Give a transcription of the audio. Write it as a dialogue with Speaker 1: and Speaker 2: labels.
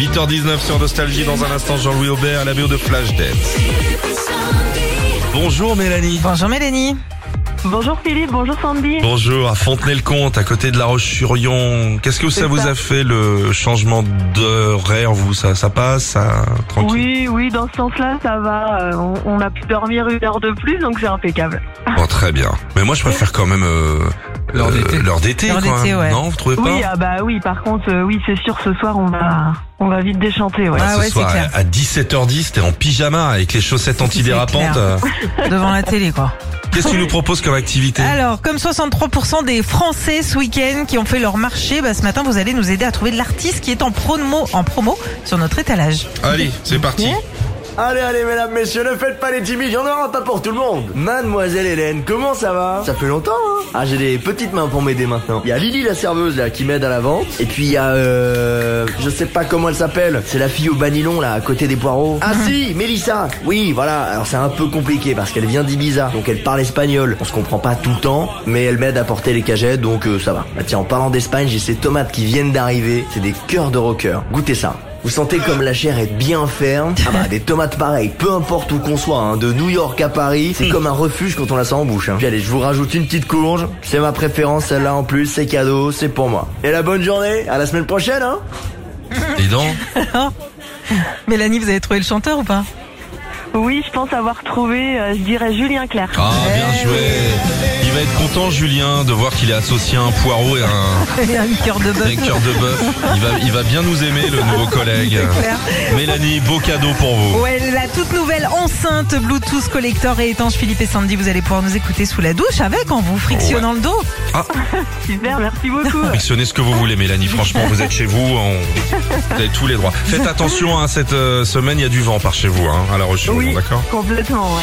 Speaker 1: 8h19 sur Nostalgie, dans un instant Jean-Louis Aubert à la BO de Flashdance. Bonjour Mélanie.
Speaker 2: Bonjour Mélanie.
Speaker 3: Bonjour Philippe, bonjour Sandy.
Speaker 1: Bonjour à Fontenay-le-Comte, à côté de La Roche-sur-Yon. Qu'est-ce que ça,
Speaker 3: C'est
Speaker 1: vous
Speaker 3: ça.
Speaker 1: a fait le changement d'horaire, vous Ça, ça passe, ça, tranquille.
Speaker 3: Oui, oui, dans ce sens-là, ça va. Euh, on- On a pu dormir une heure de plus, donc c'est impeccable.
Speaker 1: Bon, très bien. Mais moi, je préfère quand même euh,
Speaker 4: L'heure d'été.
Speaker 1: L'heure d'été,
Speaker 2: L'heure
Speaker 1: quoi.
Speaker 2: d'été, ouais.
Speaker 1: Non, vous trouvez pas
Speaker 3: Oui, ah bah oui, par contre, euh, oui, c'est sûr, ce soir, on va, on va vite déchanter, ouais.
Speaker 2: Ah
Speaker 1: Bah, Ce
Speaker 2: ouais, c'est
Speaker 1: soir,
Speaker 2: clair.
Speaker 1: à 17h10, t'es en pyjama avec les chaussettes antidérapantes.
Speaker 2: clair. Devant la télé, quoi.
Speaker 1: Qu'est-ce que tu nous proposes comme activité
Speaker 2: Alors, comme 63% des Français ce week-end qui ont fait leur marché, bah, ce matin, vous allez nous aider à trouver l'artiste qui est en promo, en promo sur notre étalage.
Speaker 1: Allez, c'est parti.
Speaker 5: Allez, allez, mesdames, messieurs, ne faites pas les timides, y'en aura pas pour tout le monde. Mademoiselle Hélène, comment ça va Ça fait longtemps, hein Ah, j'ai des petites mains pour m'aider maintenant. Il y a Lily, la serveuse, là, qui m'aide à la vente. Et puis, il y a, euh... Je sais pas comment elle s'appelle. C'est la fille au banilon, là, à côté des poireaux. Ah si, Mélissa Oui, voilà. Alors, c'est un peu compliqué, parce qu'elle vient d'Ibiza, donc elle parle espagnol. On se comprend pas tout le temps, mais elle m'aide à porter les cagettes, donc euh, ça va. Bah, tiens, en parlant d'Espagne, j'ai ces tomates qui viennent d'arriver. C'est des cœurs de rocker. Goûtez ça. Vous sentez comme la chair est bien ferme. Ah bah, des tomates pareilles, peu importe où qu'on soit, hein, de New York à Paris, c'est comme un refuge quand on la sent en bouche. hein. Puis allez, je vous rajoute une petite courge. C'est ma préférence, celle-là en plus, c'est cadeau, c'est pour moi. Et la bonne journée, à la semaine prochaine, hein
Speaker 1: Dis donc.
Speaker 2: Mélanie, vous avez trouvé le chanteur ou pas
Speaker 3: Oui, je pense avoir trouvé, euh, je dirais Julien Clerc.
Speaker 1: Ah,
Speaker 2: Eh
Speaker 1: bien joué. Il va être content, Julien, de voir qu'il est associé à un poireau et à un,
Speaker 2: Et un cœur de bœuf.
Speaker 1: et un cœur de bœuf. Il va, il va bien nous aimer, le nouveau collègue.
Speaker 2: C'est clair.
Speaker 1: Mélanie, beau cadeau pour vous.
Speaker 2: Ouais, la toute nouvelle enceinte Bluetooth collector et étanche Philippe et Sandy, vous allez pouvoir nous écouter sous la douche avec en vous frictionnant le dos.
Speaker 3: Super, merci beaucoup.
Speaker 1: Actionnez ce que vous voulez, Mélanie. Franchement, vous êtes chez vous, on... vous avez tous les droits. Faites attention, hein, cette euh, semaine, il y a du vent par chez vous, hein, à La roche
Speaker 3: Oui.
Speaker 1: d'accord
Speaker 3: Complètement, ouais.